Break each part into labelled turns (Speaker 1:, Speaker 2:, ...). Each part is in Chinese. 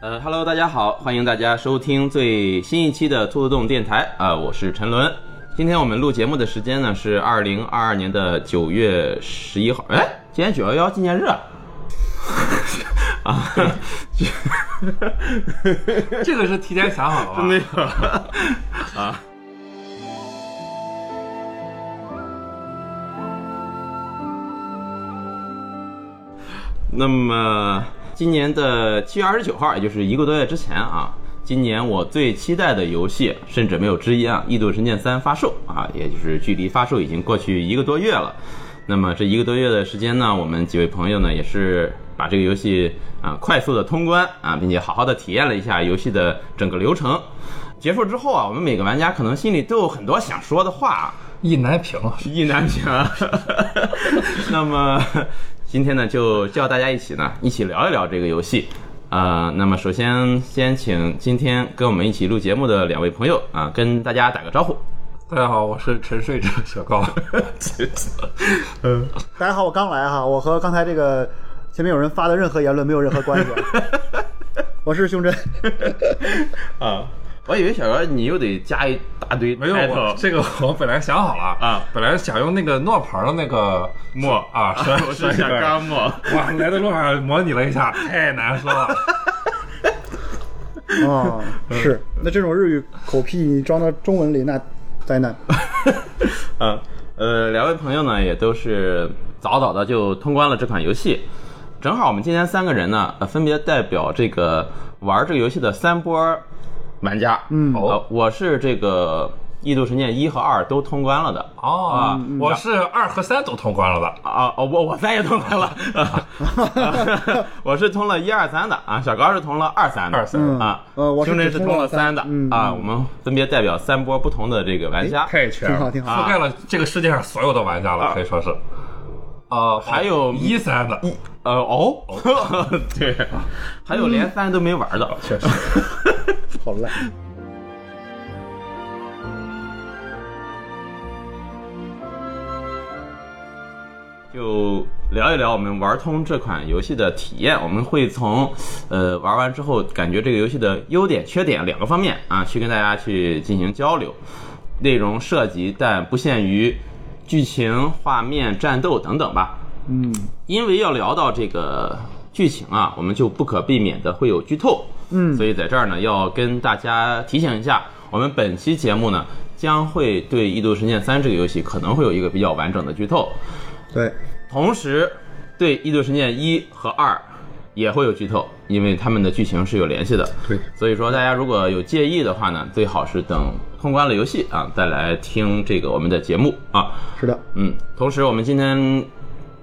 Speaker 1: 呃，Hello，大家好，欢迎大家收听最新一期的兔子洞电台啊、我是陈伦。今天我们录节目的时间呢是二零二二年的九月十一号，哎，今天九幺幺纪念日啊。啊，
Speaker 2: 这个是提前想好的
Speaker 1: 那
Speaker 2: 吧？
Speaker 1: 个啊。那么，今年的七月二十九号，也就是一个多月之前啊，今年我最期待的游戏，甚至没有之一啊，《异度神剑三》发售啊，也就是距离发售已经过去一个多月了。那么这一个多月的时间呢，我们几位朋友呢也是把这个游戏啊快速的通关啊，并且好好的体验了一下游戏的整个流程。结束之后啊，我们每个玩家可能心里都有很多想说的话啊，
Speaker 2: 意难平，
Speaker 1: 意难平。啊 那么今天呢，就叫大家一起呢，一起聊一聊这个游戏。呃，那么首先先请今天跟我们一起录节目的两位朋友啊、跟大家打个招 呼。
Speaker 2: 大家好，我是沉睡者小高。
Speaker 3: 大家好，我刚来哈，我和刚才这个前面有人发的任何言论没有任何关 系。我是 胸针，
Speaker 1: 啊，我以为小姚你又得加一大堆
Speaker 2: 没有我
Speaker 1: title
Speaker 2: 这个，我本来想好了
Speaker 1: 啊，
Speaker 2: 本来想用那个诺牌的那个
Speaker 1: 墨
Speaker 2: 啊，摔
Speaker 1: 我是
Speaker 2: 摔
Speaker 1: 小
Speaker 2: 一个
Speaker 1: 高墨。
Speaker 2: 我来的路上模拟了一下，太难说了。
Speaker 3: 哦，是，那这种日语口癖装到中文里，那灾难。
Speaker 1: 嗯，呃，两位朋友呢也都是早早的就通关了这款游戏，正好我们今天三个人呢，呃、分别代表这个玩这个游戏的三波玩家。
Speaker 3: 嗯
Speaker 1: 呃，我是这个《异度神剑》一和二都通关了的。
Speaker 2: 哦，我是二和三都通关了吧？
Speaker 1: 啊，哦，我我三也通关 了， 啊我是通了一二三的啊，小高是通了二三的，
Speaker 2: 二三
Speaker 1: 啊，
Speaker 3: 呃我是
Speaker 1: 兄弟
Speaker 3: 只
Speaker 1: 是
Speaker 3: 通
Speaker 1: 通了
Speaker 3: 了三
Speaker 1: 三的
Speaker 3: 嗯
Speaker 1: 啊，
Speaker 3: 嗯
Speaker 1: 我们分别代表三波不同的这个玩家，
Speaker 2: 太全了，
Speaker 3: 挺好挺好
Speaker 2: 覆盖了这个世界上所有的玩家
Speaker 1: 啊
Speaker 2: 了，可以说是。呃，
Speaker 1: 还有
Speaker 2: 一三的，
Speaker 1: 呃哦，对，还有连三都没玩的，
Speaker 2: 确实，
Speaker 3: 好烂。
Speaker 1: 就聊一聊我们玩通这款游戏的体验。我们会从，呃，玩完之后感觉这个游戏的优点、缺点两个方面啊，去跟大家去进行交流。内容涉及但不限于剧情、画面、战斗等等吧。
Speaker 3: 嗯
Speaker 1: 因为要聊到这个剧情啊，我们就不可避免的会有剧透。
Speaker 3: 嗯
Speaker 1: 所以在这儿呢，要跟大家提醒一下，我们本期节目呢将会对《异度神剑三》这个游戏可能会有一个比较完整的剧透。
Speaker 3: 对，
Speaker 1: 同时，对《异度神剑一》和二也会有剧透，因为他们的剧情是有联系的。
Speaker 2: 对，
Speaker 1: 所以说大家如果有介意的话呢，最好是等通关了游戏啊，再来听这个我们的节目啊。
Speaker 3: 是的，
Speaker 1: 嗯，同时我们今天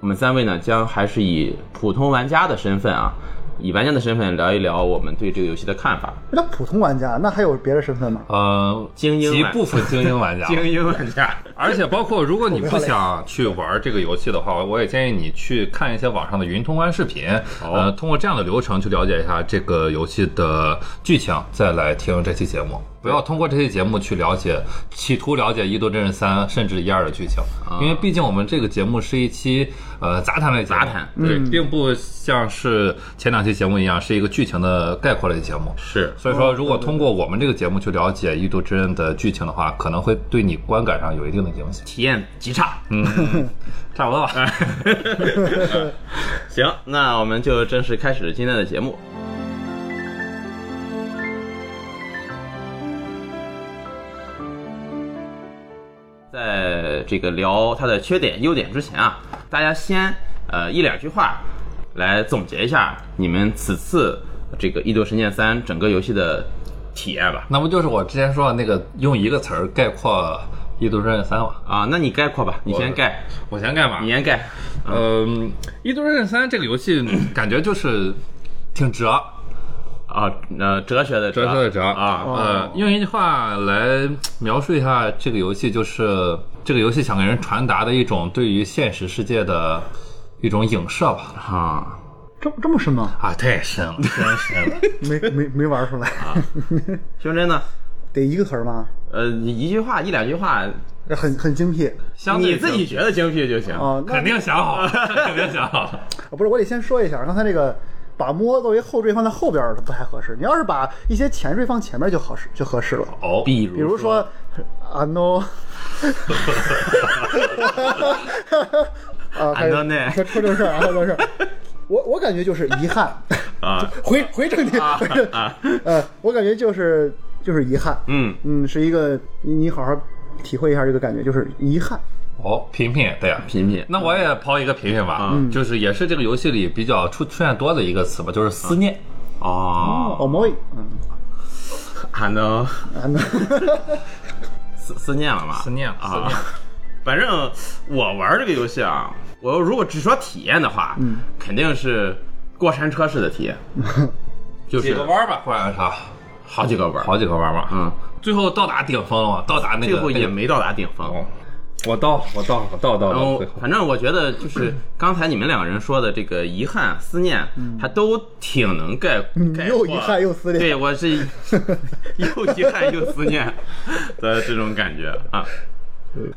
Speaker 1: 我们三位呢，将还是以普通玩家的身份啊，以玩家的身份聊一聊我们对这个游戏的看法。
Speaker 3: 那普通玩家那还有别的身份吗？
Speaker 2: 呃，
Speaker 1: 精英
Speaker 2: 及
Speaker 1: 玩
Speaker 2: 部分精英玩家，
Speaker 1: 英玩家，
Speaker 2: 而且包括，如果你不想去玩这个游戏的话，我也建议你去看一些网上的云通关视频，呃，通过这样的流程去了解一下这个游戏的剧情，再来听这期节目。不要通过这期节目去了解，企图了解《一度真人三》甚至一二的剧情，啊因为毕竟我们这个节目是一期呃杂谈类节目，
Speaker 1: 杂谈
Speaker 2: 对，并不像是前两期节目一样是一个剧情的概括类节目。
Speaker 1: 是
Speaker 2: 所以说，如果通过我们这个节目去了解《异度之刃》的剧情的话，可能会对你观感上有一定的影响。
Speaker 1: 体验极差。嗯，
Speaker 2: 差不多吧。
Speaker 1: 行，那我们就正式开始今天的节目。在这个聊它的缺点、优点之前啊，大家先呃一两句话来总结一下你们此次这个《异度神剑三》整个游戏的体验吧。
Speaker 2: 那不就是我之前说的那个用一个词儿概括《异度之刃三》吗？
Speaker 1: 啊，那你概括吧，你先概，
Speaker 2: 我先干嘛
Speaker 1: 你先概。
Speaker 2: 嗯，《异度之刃三》这个游戏感觉就是挺折，
Speaker 1: 啊，呃，哲学的
Speaker 2: 折射的折
Speaker 1: 啊，
Speaker 2: 呃，用一句话来描述一下这个游戏，就是这个游戏想给人传达的一种对于现实世界的一种影射吧。
Speaker 1: 啊，
Speaker 3: 这这么深吗？
Speaker 2: 啊，太深了，太 深了。
Speaker 3: 没没没玩出来，
Speaker 1: 胸针呢？
Speaker 3: 得一个词儿吗？
Speaker 1: 呃，一句话一两句话，
Speaker 3: 很很精辟
Speaker 2: 相对
Speaker 1: 你自己觉得精辟就行。
Speaker 3: 啊、那
Speaker 2: 肯定想好，肯定想好。
Speaker 3: 不是，我得先说一下，刚才这个把摸作为后缀放在后边儿不太合适。你要是把一些前缀放前面就合适就合适了。
Speaker 2: 哦，
Speaker 1: 比
Speaker 3: 比如
Speaker 1: 如
Speaker 3: 说啊 no，啊，开始
Speaker 1: Ano 呢
Speaker 3: 说说正事儿啊，说正事儿。我我感觉就是遗憾，
Speaker 1: 啊，
Speaker 3: 回回正题，回正
Speaker 1: 啊
Speaker 3: 呃，我感觉就是就是遗憾，
Speaker 1: 嗯，
Speaker 3: 嗯，是一个你你好好体会一下这个感觉，就是遗憾。
Speaker 2: 哦，平平对呀、
Speaker 1: 品品，
Speaker 2: 那我也抛一个平平吧，
Speaker 1: 嗯
Speaker 2: 就是也是这个游戏里比较出出现多的一个词吧，就是思念。
Speaker 1: 哦，
Speaker 3: 哦，某一嗯
Speaker 1: 还能
Speaker 3: 啊那
Speaker 1: 思思念了吧？
Speaker 2: 思念
Speaker 1: 啊，反正我玩这个游戏啊，我如果只说体验的话，
Speaker 3: 嗯，
Speaker 1: 肯定是过山车式的体验，就
Speaker 2: 几
Speaker 1: 是
Speaker 2: 个弯儿吧，或者啥，
Speaker 1: 好几个弯儿，
Speaker 2: 好几个弯儿吧。
Speaker 1: 嗯，
Speaker 2: 最后到达顶峰了嘛，到达那个
Speaker 1: 最后也
Speaker 2: 那个
Speaker 1: 没到达顶峰。
Speaker 2: 哦，我到，我到，我到，到
Speaker 1: 然
Speaker 2: 到
Speaker 1: 后
Speaker 2: 最后，。
Speaker 1: 反正我觉得就是刚才你们两个人说的这个遗憾、思念，还都挺能概
Speaker 3: 嗯
Speaker 1: 概
Speaker 3: 又
Speaker 1: 括
Speaker 3: 遗憾又思念
Speaker 1: 对我是又遗憾又思念的这种感觉啊。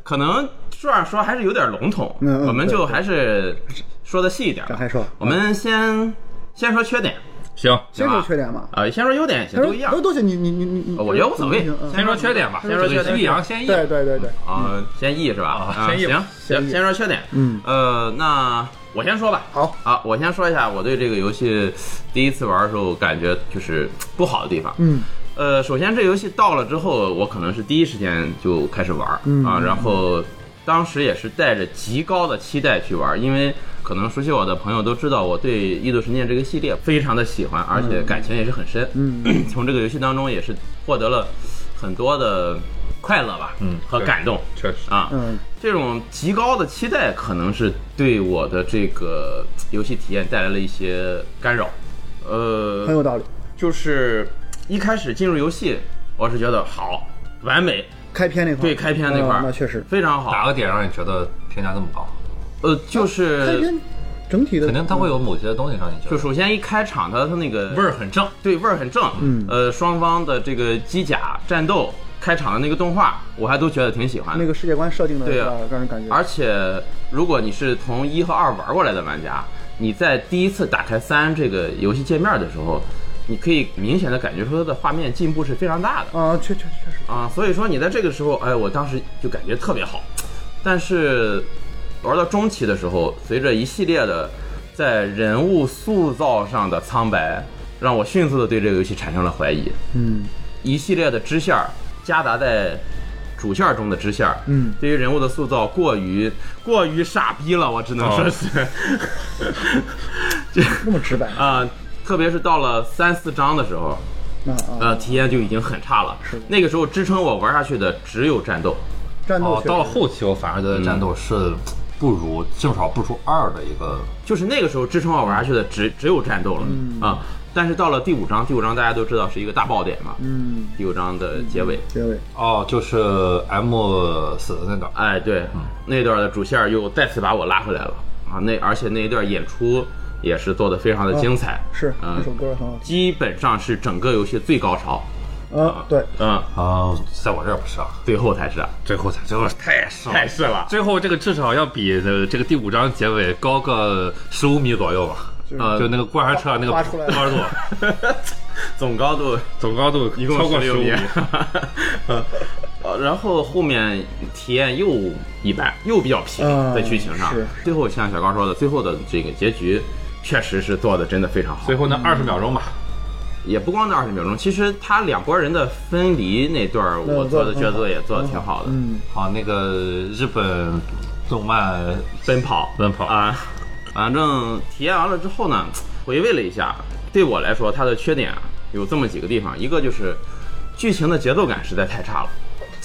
Speaker 1: 可能这样说还是有点笼统，
Speaker 3: 嗯嗯
Speaker 1: 我们
Speaker 3: 对
Speaker 1: 就还是说的细一点吧
Speaker 3: 展。开说，
Speaker 1: 我们先先说缺点
Speaker 2: 行，
Speaker 3: 先
Speaker 1: 行
Speaker 3: 说
Speaker 1: 吧
Speaker 3: 缺点嘛，
Speaker 1: 啊、先说优点也行，都一样
Speaker 3: 哎
Speaker 1: 呃哦
Speaker 3: 都。都行，你你你你你，
Speaker 1: 我觉得无所谓
Speaker 3: 嗯嗯
Speaker 2: 先说缺点吧，
Speaker 1: 先说缺点
Speaker 2: 这个益阳先益。
Speaker 3: 对对对对，
Speaker 1: 啊，先译是吧？
Speaker 2: 啊
Speaker 1: 啊，
Speaker 2: 先译
Speaker 1: 行
Speaker 2: 吧
Speaker 1: 行，
Speaker 3: 先译
Speaker 1: 先说缺点。
Speaker 3: 嗯，
Speaker 1: 呃，那我先说吧。
Speaker 3: 好，
Speaker 1: 啊，我先说一下我对这个游戏第一次玩的时候感觉就是不好的地方。
Speaker 3: 嗯
Speaker 1: 呃，首先这游戏到了之后，我可能是第一时间就开始玩儿、
Speaker 3: 嗯
Speaker 1: 啊，然后当时也是带着极高的期待去玩儿，因为可能熟悉我的朋友都知道，我对《异度神剑》这个系列非常的喜欢，而且感情也是很深。
Speaker 3: 嗯，
Speaker 1: 从这个游戏当中也是获得了很多的快乐吧，
Speaker 2: 嗯
Speaker 1: 和
Speaker 2: 对
Speaker 1: 感动
Speaker 2: 确实，
Speaker 1: 啊，
Speaker 3: 嗯
Speaker 1: 这种极高的期待，可能是对我的这个游戏体验带来了一些干扰。呃，
Speaker 3: 很有道理。
Speaker 1: 就是一开始进入游戏，我是觉得好完美，
Speaker 3: 开篇那块儿，
Speaker 1: 对开篇那块儿、
Speaker 3: 嗯那确实，
Speaker 1: 非常
Speaker 2: 哪
Speaker 1: 好。
Speaker 2: 个点让你觉得评价这么高？
Speaker 1: 呃，就是
Speaker 3: 开篇整体的
Speaker 2: 肯定它会有某些东西让你觉
Speaker 1: 就
Speaker 2: 得
Speaker 1: 首先一开场它它那个
Speaker 2: 味儿很正。
Speaker 1: 对味儿很正，
Speaker 3: 嗯
Speaker 1: 呃，双方的这个机甲战斗开场的那个动画，我还都觉得挺喜欢的
Speaker 3: 那。个世界观设定的，
Speaker 1: 对啊
Speaker 3: 啊，让人感觉
Speaker 1: 而且，如果你是从一和二玩过来的玩家，你在第一次打开三这个游戏界面的时候，你可以明显的感觉出它的画面进步是非常大的
Speaker 3: 啊，确确确实，
Speaker 1: 啊。所以说你在这个时候，哎，我当时就感觉特别好。但是玩到中期的时候，随着一系列的在人物塑造上的苍白，让我迅速的对这个游戏产生了怀疑。
Speaker 3: 嗯
Speaker 1: 一系列的支线儿夹杂在主线儿中的支线儿，
Speaker 3: 嗯
Speaker 1: 对于人物的塑造过于过于傻逼了，我只能说是，这
Speaker 3: 那么直白 啊
Speaker 1: 啊、特别是到了三四章的时候，
Speaker 3: 啊，
Speaker 1: 呃，体验就已经很差了
Speaker 3: 是的。
Speaker 1: 那个时候支撑我玩下去的只有战斗，
Speaker 3: 战斗
Speaker 2: 哦
Speaker 3: 确，实
Speaker 2: 到了后期我反而觉得战斗是不如，至少不如二的一个
Speaker 1: 就是那个时候支撑我玩下去的只只有战斗了啊、
Speaker 3: 嗯
Speaker 1: 但是到了第五章，第五章大家都知道是一个大爆点嘛，
Speaker 3: 嗯，
Speaker 1: 第五章的结尾，
Speaker 3: 结尾
Speaker 2: 哦，就是 M 死的那段。
Speaker 1: 哎，对，那段的主线又再次把我拉回来了啊！那而且那一段演出也是做的非常的精彩，
Speaker 3: 哦是
Speaker 1: 嗯
Speaker 3: 那首歌很好
Speaker 1: 基本上是整个游戏最高潮，
Speaker 3: 听啊，对，
Speaker 1: 嗯，
Speaker 2: 啊，在我这儿不是啊，
Speaker 1: 最后才是，
Speaker 2: 最后才最后太爽
Speaker 1: 太是了，
Speaker 2: 最后这个至少要比呃这个第五章结尾高个十五米左右吧，
Speaker 3: 就是
Speaker 1: 呃
Speaker 2: 就那个过山车那个
Speaker 3: 挖出来的
Speaker 2: 高度，
Speaker 1: 总高度
Speaker 2: 总高度
Speaker 1: 一共
Speaker 2: 超过
Speaker 1: 16
Speaker 2: 十五
Speaker 1: 米，嗯 呃然后后面体验又一般，又比较平，
Speaker 3: 嗯
Speaker 1: 在剧情上
Speaker 3: 是，
Speaker 1: 最后像小高说的，最后的这个结局确实是做的真的非常好，
Speaker 2: 最后那二十秒钟吧，
Speaker 1: 也不光那二十秒钟，其实他两拨人的分离那段儿，
Speaker 3: 那
Speaker 1: 我做的
Speaker 3: 做得
Speaker 1: 角
Speaker 3: 很好
Speaker 1: 色也做的挺好的。
Speaker 3: 嗯，
Speaker 2: 好那个日本动漫
Speaker 1: 奔跑，
Speaker 2: 奔跑
Speaker 1: 啊，反正体验完了之后呢，回味了一下，对我来说它的缺点啊有这么几个地方，一个就是剧情的节奏感实在太差了，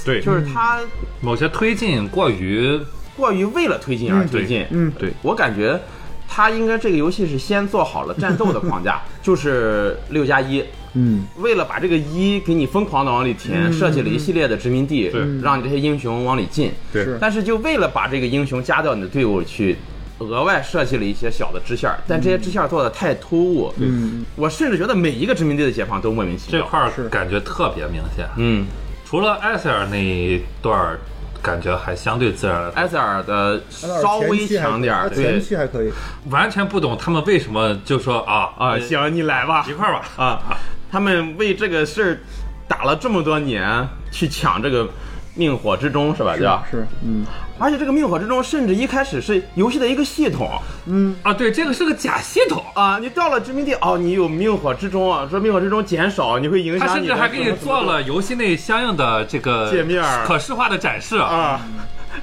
Speaker 2: 对，
Speaker 1: 就是
Speaker 3: 嗯
Speaker 1: 它
Speaker 2: 某些推进过于
Speaker 1: 过于为了推进而推进，
Speaker 3: 嗯
Speaker 1: 对我感觉。它应该这个游戏是先做好了战斗的框架，就是六加一，
Speaker 3: 嗯
Speaker 1: 为了把这个一给你疯狂的往里填，设计了一系列的殖民地
Speaker 2: 对，
Speaker 1: 让你这些英雄往里进。
Speaker 2: 对
Speaker 3: 是
Speaker 1: 但是就为了把这个英雄加到你的队伍去，额外设计了一些小的支线儿，但这些支线儿做的太突兀，
Speaker 3: 嗯，
Speaker 1: 我甚至觉得每一个殖民地的解放都莫名其
Speaker 2: 这
Speaker 1: 妙。
Speaker 2: 块儿
Speaker 3: 是
Speaker 2: 感觉特别明显，
Speaker 1: 嗯，
Speaker 2: 除了埃塞尔那一段儿感觉还相对自然了。
Speaker 1: 艾塞尔的稍微强点儿，
Speaker 3: 前
Speaker 1: 对，
Speaker 3: 期还可以，
Speaker 2: 完全不懂他们为什么就说啊
Speaker 1: 啊，行，你来吧
Speaker 2: 一，块儿吧，
Speaker 1: 啊，他们为这个事儿打了这么多年，去抢这个命火之钟是吧？叫，
Speaker 3: 是，嗯，
Speaker 1: 而且这个命火之钟甚至一开始是游戏的一个系统，
Speaker 2: 啊，对，这个是个假系统，
Speaker 1: 啊，你到了殖民地哦，你有命火之钟啊，说命火之钟减少，你会影
Speaker 2: 它
Speaker 1: 响
Speaker 2: 甚
Speaker 1: 你
Speaker 2: 至
Speaker 1: 的
Speaker 2: 还给
Speaker 1: 什
Speaker 2: 你
Speaker 1: 么什么
Speaker 2: 做了游戏内相应的这个
Speaker 1: 界面儿
Speaker 2: 可视化的展示。
Speaker 1: 啊，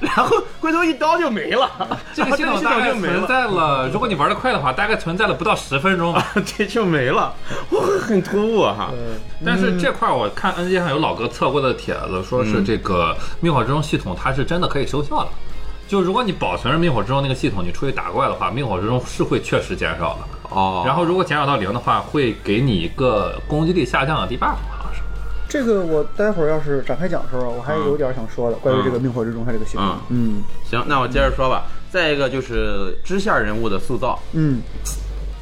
Speaker 1: 然后回头一刀就没了，
Speaker 2: 这个系
Speaker 1: 然后
Speaker 2: 统
Speaker 1: 啊这
Speaker 2: 大
Speaker 1: 个系
Speaker 2: 概
Speaker 1: 就没
Speaker 2: 存
Speaker 1: 了。
Speaker 2: 在了，如果你玩的快的话，大概存在了不到十分钟吧。
Speaker 1: 这就没了，我很突兀啊哈、
Speaker 3: 呃
Speaker 2: 但是这块儿我看 N G 上有老哥测过的帖子，说是这个灭火之钟系统它是真的可以收效的。就如果你保存着灭火之钟那个系统，你出去打怪的话，灭火之钟是会确实减少的。
Speaker 1: 哦
Speaker 2: 然后如果减少到零的话，会给你一个攻击力下降的 debuff，好像是。
Speaker 3: 这个我待会儿要是展开讲的时候，我还有点想说的，关于这个
Speaker 1: 嗯
Speaker 3: 命火之中它这个系统
Speaker 1: 嗯，
Speaker 3: 嗯
Speaker 1: 行，那我接着说吧。再一个就是支线人物的塑造，
Speaker 3: 嗯，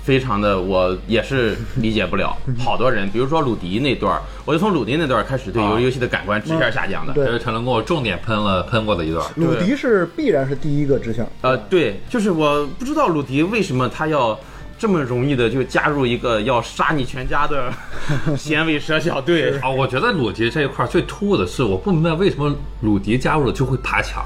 Speaker 1: 非常的我也是理解不 了。好多人，比如说鲁迪那段儿，我就从鲁迪那段儿开始对
Speaker 2: 啊
Speaker 1: 游游戏的感官直线下降的。
Speaker 3: 对
Speaker 2: 这是陈龙给我重点喷了喷过的一段。
Speaker 3: 鲁迪是必然是第一个支线，
Speaker 1: 呃，对，就是我不知道鲁迪为什么他要这么容易的就加入一个要杀你全家 的衔尾蛇小队。
Speaker 2: 啊、我觉得鲁迪这一块儿最突兀的是，我不明白为什么鲁迪加入了就会爬墙，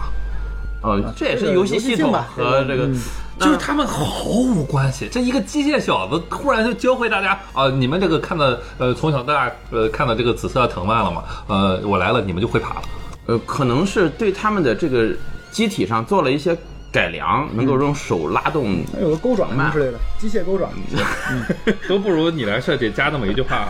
Speaker 1: 呃，这也是游戏系统和这个，嗯那
Speaker 2: 就是他们毫无关系。这一个机械小子忽然就教会大家啊、你们这个看到呃从小到大呃看到这个紫色藤蔓了嘛，呃，我来了你们就会爬了。
Speaker 1: 呃，可能是对他们的这个机体上做了一些改良，能够用手拉动。
Speaker 3: 它有个钩爪什么之类的，机械钩爪，
Speaker 1: 嗯
Speaker 2: 都不如你来设计加那么一句话。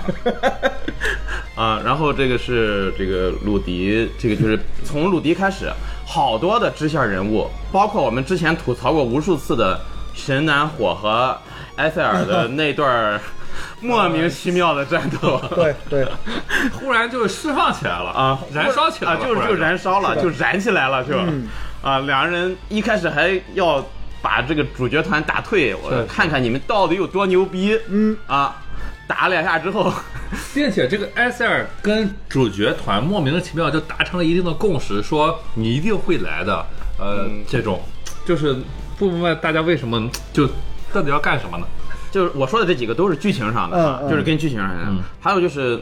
Speaker 1: 啊，然后这个是这个鲁迪，这个就是从鲁迪开始，好多的支线人物，包括我们之前吐槽过无数次的神南火和埃塞尔 的那段儿莫名其妙的战斗。
Speaker 3: 对对，
Speaker 2: 忽然就释放起来了
Speaker 1: 啊，
Speaker 2: 燃烧起来
Speaker 1: 啊，
Speaker 2: 了，
Speaker 1: 就
Speaker 2: 忽然
Speaker 1: 就燃烧了，就燃起来了，就
Speaker 3: 嗯
Speaker 1: 啊，两人一开始还要把这个主角团打退，我
Speaker 2: 是
Speaker 1: 看看你们到底有多牛逼
Speaker 3: 嗯，
Speaker 1: 啊！打两下之 后，
Speaker 2: 并且这个埃塞尔跟主角团莫名其妙就达成了一定的共识，说你一定会来的。呃，这种就是不明白大家为什么就到底要干什么呢？
Speaker 1: 就是我说的这几个都是剧情上的，啊
Speaker 3: 嗯嗯
Speaker 1: 就是跟剧情上的。还有就是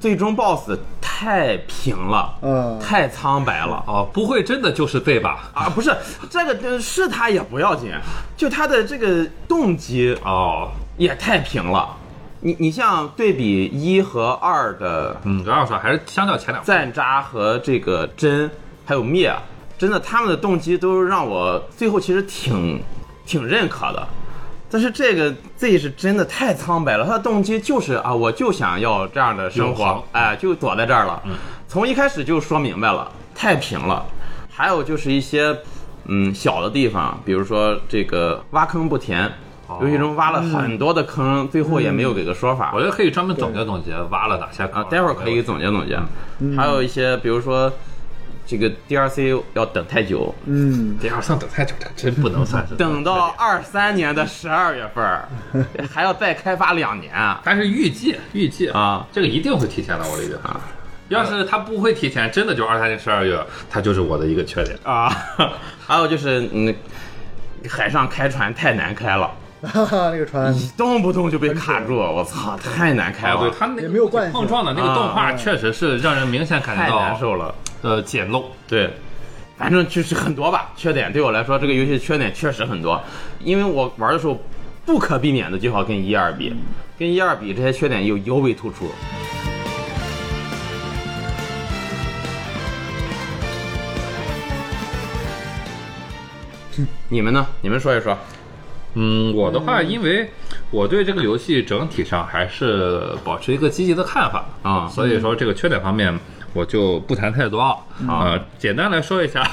Speaker 1: 最终 BOSS 太平了，
Speaker 3: 嗯
Speaker 1: 太苍白了。
Speaker 2: 哦，不会真的就是这吧？
Speaker 1: 啊，不是这个呃是他也不要紧，就他的这个动机
Speaker 2: 哦，
Speaker 1: 也太平了。你你像对比一和二的
Speaker 2: 嗯，我要说还是相较前两，
Speaker 1: 赞扎和这个真还有灭，啊真的他们的动机都让我最后其实挺挺认可的。但是这个 Z 是真的太苍白了，他的动机就是啊，我就想要这样的生
Speaker 2: 永
Speaker 1: 活
Speaker 2: 恒，嗯
Speaker 1: 哎，就躲在这儿了。从一开始就说明白了，太平了。还有就是一些嗯小的地方，比如说这个挖坑不填，
Speaker 2: 哦
Speaker 1: 游戏中挖
Speaker 2: 嗯
Speaker 1: 了很多的坑，最后也没有给个说法。
Speaker 2: 我觉得可以专门总结总结挖了哪些坑
Speaker 1: 啊，待会儿可以总结总结。还有一些，比如说这个 DLC 要等太久，
Speaker 3: 嗯，
Speaker 2: 第二上等太久，这真不能算是
Speaker 1: 等到。二三年的十二月份 儿，还要再开发两年。
Speaker 2: 但是预计预计
Speaker 1: 啊，
Speaker 2: 这个一定会提前的，我理解
Speaker 1: 啊。
Speaker 2: 要是他不会提前，真的就二三年十二月，他就是我的一个缺点。
Speaker 1: 啊， 还有就是嗯。海上开船太难开了，
Speaker 3: 哈哈， 那个船，
Speaker 1: 动不动就被卡住，我操，太难开
Speaker 2: 哎，
Speaker 1: 了，
Speaker 2: 对，他那个
Speaker 3: 也没有惯性
Speaker 2: 碰撞的那个动画，
Speaker 1: 啊
Speaker 2: 确实是让人明显感
Speaker 1: 太
Speaker 2: 觉到
Speaker 1: 难受了。
Speaker 2: 呃简陋。
Speaker 1: 对，反正就是很多吧，缺点对我来说，这个游戏的缺点确实很多，因为我玩的时候不可避免的就要跟一二比，跟一二比这些缺点又尤为突出。你们呢？你们说一说。
Speaker 2: 嗯，我的话，因为我对这个游戏整体上还是保持一个积极的看法
Speaker 1: 啊
Speaker 2: 所以说这个缺点方面我就不谈太多啊、
Speaker 1: 嗯
Speaker 2: 呃简单来说 一下，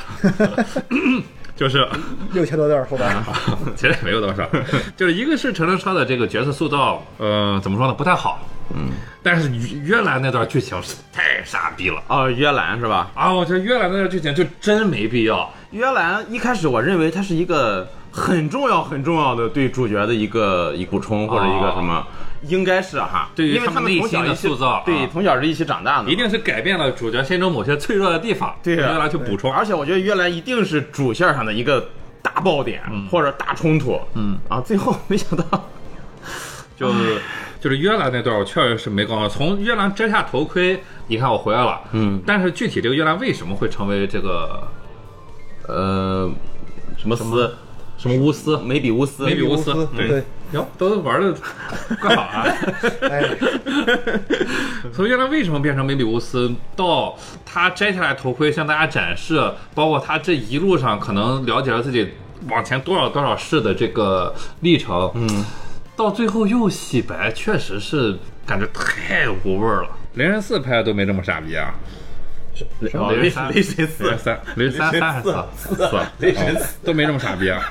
Speaker 2: 就是
Speaker 3: 六千多字儿后边儿，
Speaker 2: 其实也没 有多少，就是一个是陈伦说的这个角色塑造，呃，怎么说呢，不太好。嗯，但是约约兰那段剧情是太傻逼了
Speaker 1: 哦，约兰是吧？
Speaker 2: 啊！我觉得约兰那段剧情就真没必要。
Speaker 1: 约兰一开始我认为它是一个很重要、很重要的对主角的一个一补充或者一个什么，应该是哈，
Speaker 2: 啊对于
Speaker 1: 因为
Speaker 2: 他们
Speaker 1: 们从小
Speaker 2: 内心的
Speaker 1: 一起
Speaker 2: 塑造啊
Speaker 1: 对，从小是一起长大的嘛，
Speaker 2: 一定是改变了主角心中某些脆弱的地方，
Speaker 1: 对啊
Speaker 2: 用来去补充。
Speaker 1: 而且我觉得约兰一定是主线上的一个大爆点、
Speaker 2: 嗯
Speaker 1: 或者大冲突，嗯啊，最后没想到，
Speaker 2: 就是就是约兰那段，我确实是没搞懂。从约兰摘下头盔，你看我回来了，
Speaker 1: 嗯，
Speaker 2: 但是具体这个约兰为什么会成为这个
Speaker 1: 呃，什么斯
Speaker 2: 什么乌斯？
Speaker 1: 梅比乌斯，
Speaker 2: 梅比乌斯嗯
Speaker 3: 斯，嗯对，
Speaker 2: 哟，都玩的干啥啊？
Speaker 3: 哎，
Speaker 2: 从原来为什么变成梅比乌斯，到他摘下来头盔向大家展示，包括他这一路上可能了解了自己往前多少多少世的这个历程，嗯，到最后又洗白，确实是感觉太无味儿了。雷神四拍的都没这么傻逼啊！
Speaker 1: 哦
Speaker 2: 雷
Speaker 1: 雷
Speaker 2: 神
Speaker 1: 雷神
Speaker 2: 雷
Speaker 1: 四
Speaker 2: 神，三，雷神三，三还是四？四，
Speaker 1: 雷神四
Speaker 2: 哦都没这么傻逼 啊。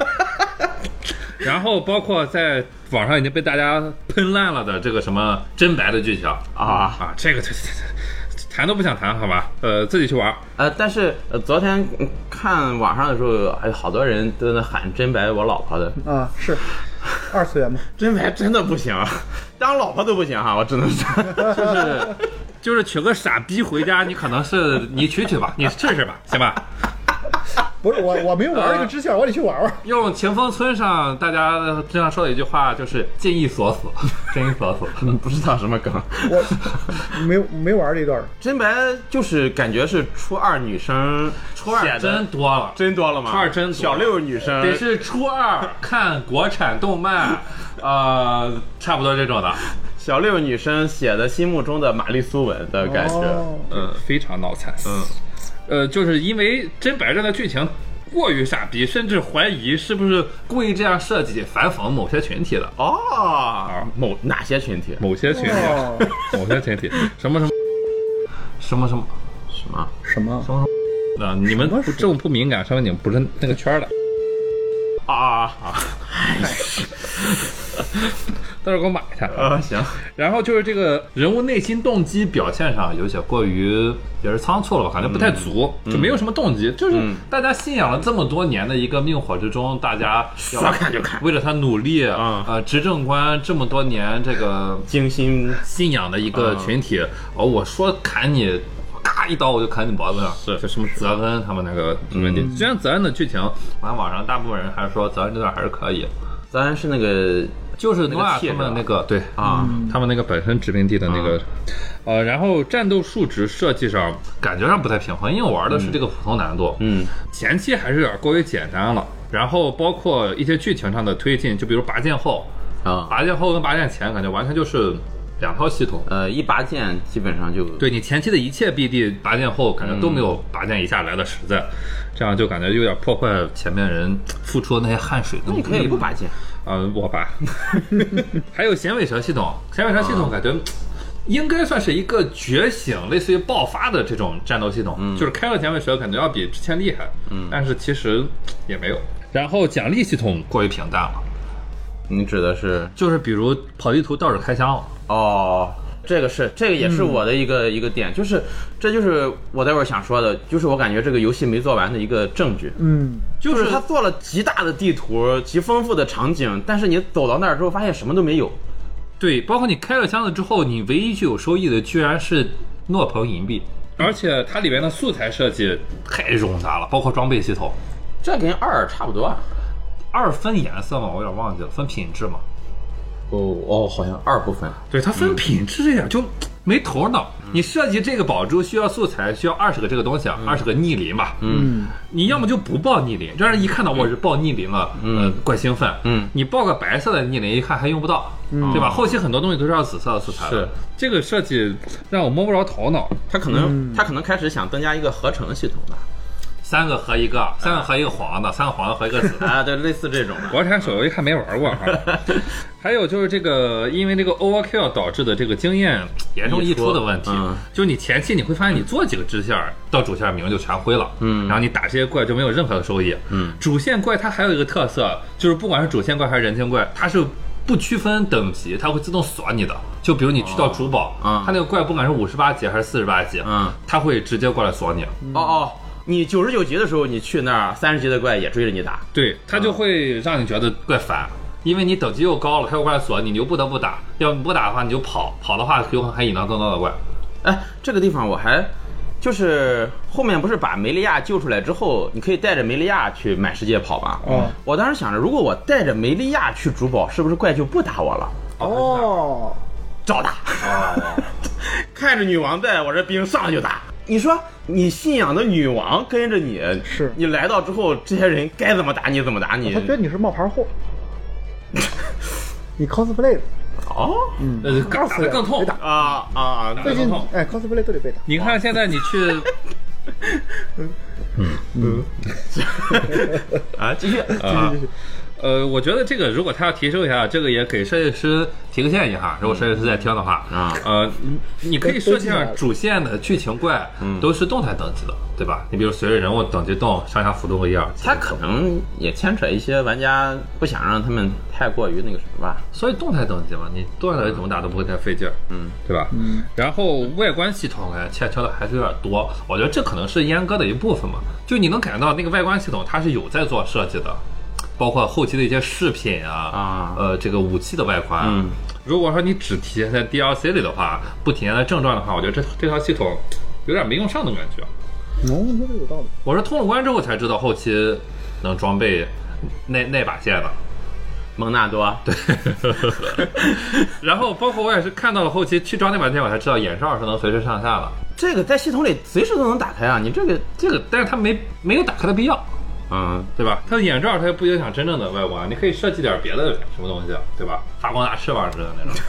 Speaker 2: 然后包括在网上已经被大家喷烂了的这个什么真白的剧情
Speaker 1: 啊
Speaker 2: 啊，这个这这这谈都不想谈，好吧？呃，自己去玩。
Speaker 1: 呃，但是呃，昨天嗯看网上的时候，还有好多人都在那喊真白我老婆的，
Speaker 3: 啊，是二次元嘛，
Speaker 1: 真白真的不行，啊当老婆都不行哈、我只能说， 就是
Speaker 2: 就是娶个傻逼回家，你可能是 你娶娶吧，你试试吧， 行吧？
Speaker 3: 不是我我没玩这个支线，我得去玩玩。
Speaker 2: 用霆锋村上大家经常说的一句话就是“尽一所死，真一 所死
Speaker 1: 不知道什么梗。
Speaker 3: 我没没玩这一段，
Speaker 1: 真白就是感觉是初二女生，初”，
Speaker 2: 话
Speaker 1: 二
Speaker 2: 真多了。
Speaker 1: 真多了吗？
Speaker 2: 初二真多
Speaker 1: 小六女生
Speaker 2: 得是初二看国产动漫，呃，差不多这种的，
Speaker 1: 小六女生写的心目中的玛丽苏文的感觉，
Speaker 3: 哦
Speaker 2: 嗯，非常脑残，嗯，呃，就是因为真白这的剧情过于傻逼，甚至怀疑是不是故意这样设计反讽某些群体的，
Speaker 1: 哦，某哪些群体？
Speaker 2: 某些群体，
Speaker 3: 哦，
Speaker 2: 某些群体，什么 什么。什么什么？
Speaker 1: 什么？
Speaker 3: 什么？
Speaker 2: 啊！你们不
Speaker 3: 什么
Speaker 2: 这么不敏感，说明你们不是那个圈儿的。
Speaker 1: 啊啊啊！
Speaker 2: 到时候给我买一下。
Speaker 1: 呃，行，
Speaker 2: 然后就是这个啊人物内心动机表现上有些过于也是仓促了吧，感觉不太足，就没有什么动机。就是大家信仰了这么多年的一个命火之中，大家要
Speaker 1: 说看就看
Speaker 2: 为了他努力
Speaker 1: 嗯
Speaker 2: 呃，执政官这么多年这个
Speaker 1: 精心
Speaker 2: 信仰的一个群体，哦，我说砍你，咔一刀我就砍你脖子上，
Speaker 1: 是
Speaker 2: 就什么泽恩他们那个问题。嗯虽然泽恩的剧情，我看网上大部分人还是说泽恩这段还是可以，
Speaker 1: 咱是那个
Speaker 2: 就是
Speaker 1: 那个
Speaker 2: 诺亚他
Speaker 1: 铁
Speaker 2: 们
Speaker 1: 是吧
Speaker 2: 那个对嗯
Speaker 1: 啊，
Speaker 2: 他们那个本身殖民地的那个，呃，然后战斗数值设计上感觉上不太平衡，因为我玩的是这个普通难度，
Speaker 1: 嗯，
Speaker 2: 前期还是有点过于简单了。然后包括一些剧情上的推进，就比如拔剑后，
Speaker 1: 啊，
Speaker 2: 拔剑后跟拔剑前感觉完全就是两套系统。
Speaker 1: 呃，一拔剑基本上就
Speaker 2: 对你前期的一切 BD 拔剑后，感觉都没有拔剑一下来的实在，这样就感觉有点破坏前面人付出的那些汗水跟
Speaker 1: 那
Speaker 2: 努
Speaker 1: 你
Speaker 2: 力。
Speaker 1: 可以不拔剑，
Speaker 2: 嗯，我 吧。还有响尾蛇系统，响尾蛇系统感觉。应该算是一个觉醒，类似于爆发的这种战斗系统，就是开了响尾蛇感觉要比之前厉害，嗯，但是其实也没有。然后奖励系统过于平淡了，
Speaker 1: 你指的是
Speaker 2: 就是比如跑地图倒是开箱了，
Speaker 1: 哦，这个是这个也是我的一个、一个点，就是这就是我待会儿想说的，就是我感觉这个游戏没做完的一个证据，
Speaker 3: 嗯，
Speaker 1: 就是他做了极大的地图，极丰富的场景，但是你走到那儿之后发现什么都没有。
Speaker 2: 对，包括你开了箱子之后，你唯一具有收益的居然是诺鹏银币，而且它里面的素材设计太冗杂了，包括装备系统，
Speaker 1: 这跟二差不多啊。
Speaker 2: 二分颜色嘛，我有点忘记了，分品质嘛，
Speaker 1: 哦哦，好像二部分。
Speaker 2: 对，它分品质呀，就没头脑。你设计这个宝珠需要素材，需要二十个这个东西啊，二十个逆鳞吧。嗯，你要么就不报逆鳞，让人一看到我是报逆鳞了，嗯，怪兴奋。
Speaker 1: 嗯
Speaker 2: 你报个白色的逆鳞，一看还用不到，对吧？后期很多东西都是要紫色的素材的。
Speaker 1: 是
Speaker 2: 这个设计让我摸不着头脑。
Speaker 1: 他可
Speaker 2: 嗯
Speaker 1: 能、他可能开始想增加一个合成系统吧。
Speaker 2: 三个合一个，三个合一个黄的，三个黄的合一个紫的。
Speaker 1: 啊，对，类似这种的。
Speaker 2: 国产手游一看没玩 过哈。还有就是这个，因为这个 overkill 导致的这个经验严重溢出的问题，
Speaker 1: 溢出嗯
Speaker 2: 就是你前期你会发现你做几个支线儿到主线名就全灰了，嗯，然后你打这些怪就没有任何的收益，嗯，主线怪它还有一个特色，就是不管是主线怪还是人形怪，它是。不区分等级，它会自动锁你的。就比如你去到主堡，
Speaker 1: 嗯
Speaker 2: 它那个怪不管是五十八级还是四十八级，
Speaker 1: 嗯，
Speaker 2: 它会直接过来锁你。
Speaker 1: 哦哦，你九十九级的时候，你去那儿三十级的怪也追着你打，
Speaker 2: 对，它就会让你觉得啊怪烦，因为你等级又高了，它又怪锁你，你就不得不打。要你不打的话，你就跑，跑的话有可能还引到更高的怪。
Speaker 1: 哎，这个地方我还就是后面不是把梅利亚救出来之后，你可以带着梅利亚去满世界跑吧。
Speaker 3: 嗯
Speaker 1: 我当时想着，如果我带着梅利亚去主宝，是不是怪就不打我了？
Speaker 3: 哦，
Speaker 1: 照打。 看着女王在，我这兵上来就打。你说你信仰的女王跟着你，
Speaker 3: 是
Speaker 1: 你来到之后，这些人该怎么打你怎么打你
Speaker 3: 他。觉得你是冒牌货，你 cosplay 的
Speaker 1: 哦，
Speaker 2: 呃，打
Speaker 3: 告诉
Speaker 2: 得
Speaker 3: 你
Speaker 2: 更痛
Speaker 3: 别。打
Speaker 1: 啊啊，
Speaker 2: 打
Speaker 1: 对
Speaker 2: 得
Speaker 3: 最
Speaker 2: 更
Speaker 3: 近
Speaker 2: 痛。
Speaker 3: 哎 cosplay 都得被打，
Speaker 2: 你看现在你去，
Speaker 1: 啊，继续。
Speaker 3: 嗯
Speaker 2: 啊，呃，我觉得这个如果他要提升一下，这个也给设计师提个建议哈。如果设计师在听的话，
Speaker 1: 啊
Speaker 2: 呃，你你可以设计上主线的剧情怪
Speaker 1: 嗯
Speaker 2: 都是动态等级的，对吧？你比如随着人物等级动，上下浮动个一二，
Speaker 1: 他可能也牵扯一些玩家不想让他们太过于那个什么吧。
Speaker 2: 所以动态等级嘛，你动态等级怎么打都不会太费劲儿，嗯，对吧？嗯。然后外观系统呢，欠缺的还是有点多，我觉得这可能是阉割的一部分嘛。就你能感觉到那个外观系统，它是有在做设计的，包括后期的一些饰品啊，
Speaker 1: 啊
Speaker 2: 呃，这个武器的外观。啊
Speaker 1: 嗯。
Speaker 2: 如果说你只体现在 DLC 里的话，不体现在正传的话，我觉得这这套系统有点没用上的感觉。
Speaker 3: 哦，你说的有道理，
Speaker 2: 我是通了关之后才知道后期能装备那那把剑的。
Speaker 1: 蒙纳多，对，
Speaker 2: 然后包括我也是看到了后期去装那把剑，我才知道眼罩是能随时上下的。
Speaker 1: 这个在系统里随时都能打开啊。你这个，
Speaker 2: 这个，但是它没没有打开的必要，
Speaker 1: 嗯，
Speaker 2: 对吧？它的眼罩它也不影响真正的外观，你可以设计点别的什么东西，对吧？发光大翅膀之类的那种。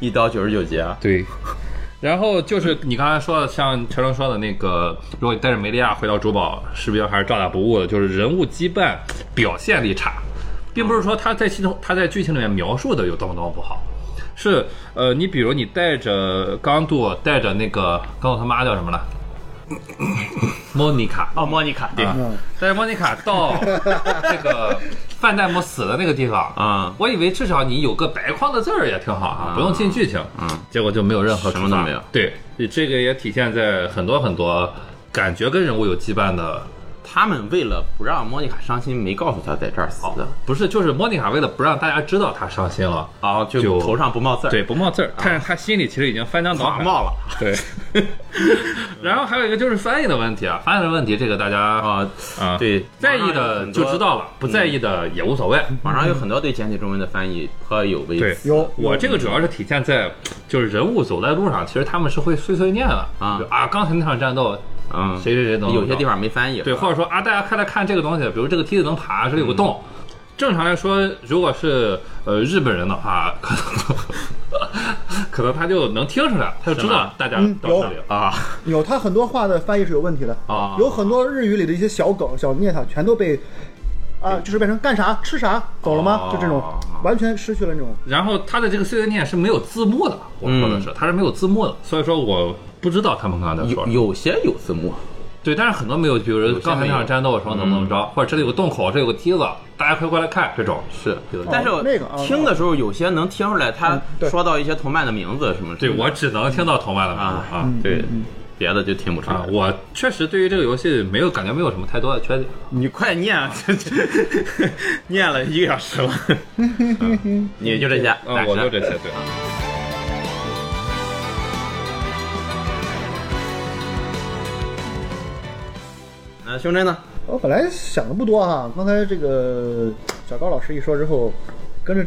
Speaker 1: 一刀九十九级啊。
Speaker 2: 对。然后就是你刚才说的，像陈龙说的那个，如果你带着梅利亚回到珠宝，士兵还是照打不误的，就是人物羁绊表现力差，并不是说他在系统他在剧情里面描述的有多么多么不好，是呃，你比如你带着刚度，带着那个刚度他妈叫什么了，莫妮卡，
Speaker 1: 哦，莫妮卡，对，
Speaker 2: 啊带着莫妮卡到这个范戴姆死的那个地方
Speaker 1: 啊
Speaker 2: 我以为至少你有个白框的字儿也挺好啊，不用进剧情。嗯，结果就没有任何
Speaker 1: 什么
Speaker 2: 触发
Speaker 1: 都没有
Speaker 2: 对，这个也体现在很多很多感觉跟人物有羁绊的。
Speaker 1: 他们为了不让莫妮卡伤心，没告诉她在这儿死的，
Speaker 2: 不是，就是莫妮卡为了不让大家知道她伤心了，
Speaker 1: 啊，就
Speaker 2: 就
Speaker 1: 头上不冒字儿，
Speaker 2: 对，，不冒字儿，啊但是她心里其实已经翻江倒
Speaker 1: 啊
Speaker 2: 海。
Speaker 1: 冒了
Speaker 2: 对，然后还有一个就是翻译的问题啊，翻译的问题，这个大家啊
Speaker 1: 啊。
Speaker 2: 啊
Speaker 1: 对
Speaker 2: 在意的就知道了，不在意的也无所谓。
Speaker 1: 网上有很多对简体中文的翻译颇有微
Speaker 2: 嗯对
Speaker 1: 词，
Speaker 3: 有
Speaker 2: 我这个主要是体现在，就是人物走在路上，其实他们是会碎碎念的
Speaker 1: 啊
Speaker 2: 就啊，刚才那场战斗，
Speaker 1: 嗯，
Speaker 2: 谁谁谁能
Speaker 1: 有些地方没翻译，
Speaker 2: 对，或者说啊，大家快来看这个东西，比如这个梯子能爬，这
Speaker 1: 嗯
Speaker 2: 里有个洞。正常来说，如果是呃日本人的话，可能 可能他就能听出来，他就知
Speaker 1: 是
Speaker 2: 道
Speaker 1: 吗
Speaker 2: 大家
Speaker 3: 嗯
Speaker 2: 到这里
Speaker 3: 有
Speaker 2: 了。
Speaker 1: 啊，
Speaker 3: 有，他很多话的翻译是有问题的
Speaker 1: 啊
Speaker 3: 有很多日语里的一些小梗、小念头全都被。啊，就是变成干啥吃啥走了吗？
Speaker 2: 啊
Speaker 1: 哦
Speaker 3: 就这种完全失去了那种
Speaker 2: 然后他的这个碎碎念是没有字幕的，我说
Speaker 1: 嗯
Speaker 2: 的是，他是没有字幕的，所以说我不知道他们刚才在说
Speaker 1: 有
Speaker 2: 什么。
Speaker 1: 有些有字幕，
Speaker 2: 对，但是很多没有，比如说刚才那场战斗的时候嗯怎么怎么着，或者这里有个洞口，这里有个梯子，大家快过来看这种。
Speaker 1: 是
Speaker 2: 有的
Speaker 1: 但是我
Speaker 3: 那个啊
Speaker 1: 听的时候有些能听出来，他
Speaker 3: 对
Speaker 1: 说到一些同伴的名字什么之
Speaker 2: 对
Speaker 1: 类的，
Speaker 2: 我只能听到同伴的名
Speaker 1: 啊
Speaker 2: 字啊，
Speaker 3: 嗯
Speaker 1: 对，别的就听不出
Speaker 2: 啊
Speaker 1: 来，。
Speaker 2: 我确实对于这个游戏没有感觉，没有什么太多的缺点。
Speaker 1: 你快念，啊， 念了一个小时了，你就这些，
Speaker 2: 啊，
Speaker 1: 暂时
Speaker 2: 我就这些，对。
Speaker 1: 那胸针呢？
Speaker 3: 我本来想的不多哈，刚才这个小高老师一说之后，跟着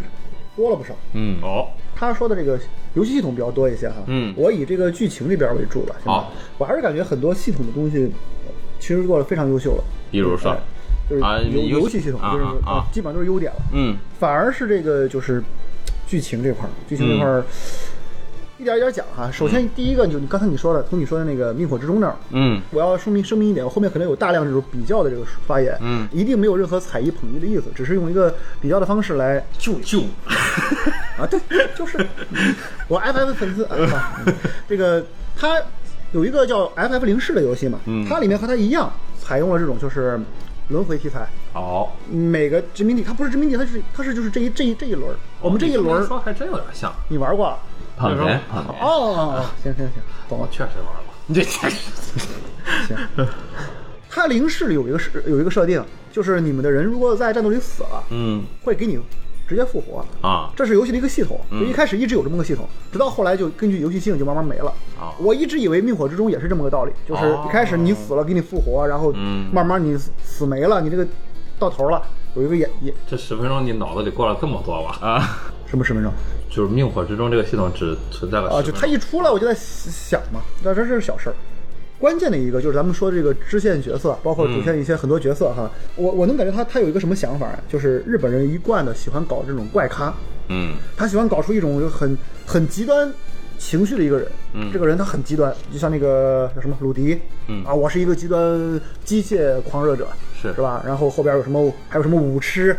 Speaker 3: 多了不少。
Speaker 1: 嗯，哦，
Speaker 3: 他说的这个游戏系统比较多一些哈，
Speaker 1: 嗯
Speaker 3: 我以这个剧情这边为主吧。现在
Speaker 1: 好，
Speaker 3: 我还是感觉很多系统的东西呃其实做的非常优秀了，
Speaker 1: 比如说
Speaker 3: 哎，就是
Speaker 1: 啊
Speaker 3: 游
Speaker 1: 游
Speaker 3: 游
Speaker 1: 戏
Speaker 3: 戏系统
Speaker 1: 啊
Speaker 3: 就是
Speaker 1: 啊啊
Speaker 3: 基本上都是优点了，
Speaker 1: 嗯，
Speaker 3: 反而是这个就是剧情这块儿，剧情这块
Speaker 1: 嗯
Speaker 3: 儿。一点一点讲哈，首先第一个就你刚才你说的，从你说的那个《命火之中》那儿，
Speaker 1: 嗯，
Speaker 3: 我要声明声明一点，我后面可能有大量这种比较的这个发言，
Speaker 1: 嗯
Speaker 3: 一定没有任何踩一捧一的意思，只是用一个比较的方式来
Speaker 2: 就就
Speaker 3: 啊，对，就是我 FF 粉丝啊，这个它有一个叫 FF 零式的游戏嘛，它里面和它一样采用了这种就是轮回题材，
Speaker 2: 好，
Speaker 3: 每个殖民地它不是殖民地，它是它是就是这一这一这一轮儿，我们这一轮
Speaker 2: 你么
Speaker 3: 儿
Speaker 2: 说还真有点像，
Speaker 3: 你玩过啊？哦
Speaker 1: 捧
Speaker 2: 就
Speaker 1: 谁捧
Speaker 2: 是说？
Speaker 1: 谁？
Speaker 2: 啊
Speaker 3: 哦，行行行，懂了
Speaker 2: 我。确实玩了。
Speaker 1: 你这
Speaker 3: 它零式有一个设有一个设定，就是你们的人如果在战斗里死了，
Speaker 1: 嗯
Speaker 3: 会给你直接复活。
Speaker 1: 啊
Speaker 3: 这是游戏的一个系统，就一开始一直有这么个系统，直到后来就根据游戏性就慢慢没了。
Speaker 1: 啊
Speaker 3: 我一直以为《命火之中》也是这么个道理，就是
Speaker 1: 哦
Speaker 3: 一开始你死了给你复活，然后
Speaker 1: 嗯
Speaker 3: 慢慢你死死没了，你这个到头了，有一个演演
Speaker 2: 这十分钟你脑子里过了这么多吧？
Speaker 1: 啊
Speaker 3: 什么十分钟
Speaker 2: 就是命火之中这个系统只存在了
Speaker 3: 啊，
Speaker 2: 十
Speaker 3: 就
Speaker 2: 分
Speaker 3: 它
Speaker 2: 钟
Speaker 3: 一出来我就在想嘛，但这是小事儿。关键的一个就是咱们说这个支线角色，包括主线一些很多角色哈，我我能感觉他他有一个什么想法啊，就是日本人一贯的喜欢搞这种怪咖，
Speaker 1: 嗯
Speaker 3: 他喜欢搞出一种就很很极端情绪的一个人。这个人他很极端，就像那个叫什么鲁迪，
Speaker 1: 嗯
Speaker 3: 啊，我是一个极端机械狂热者，
Speaker 1: 是
Speaker 3: 是吧？然后后边有什么还有什么舞痴。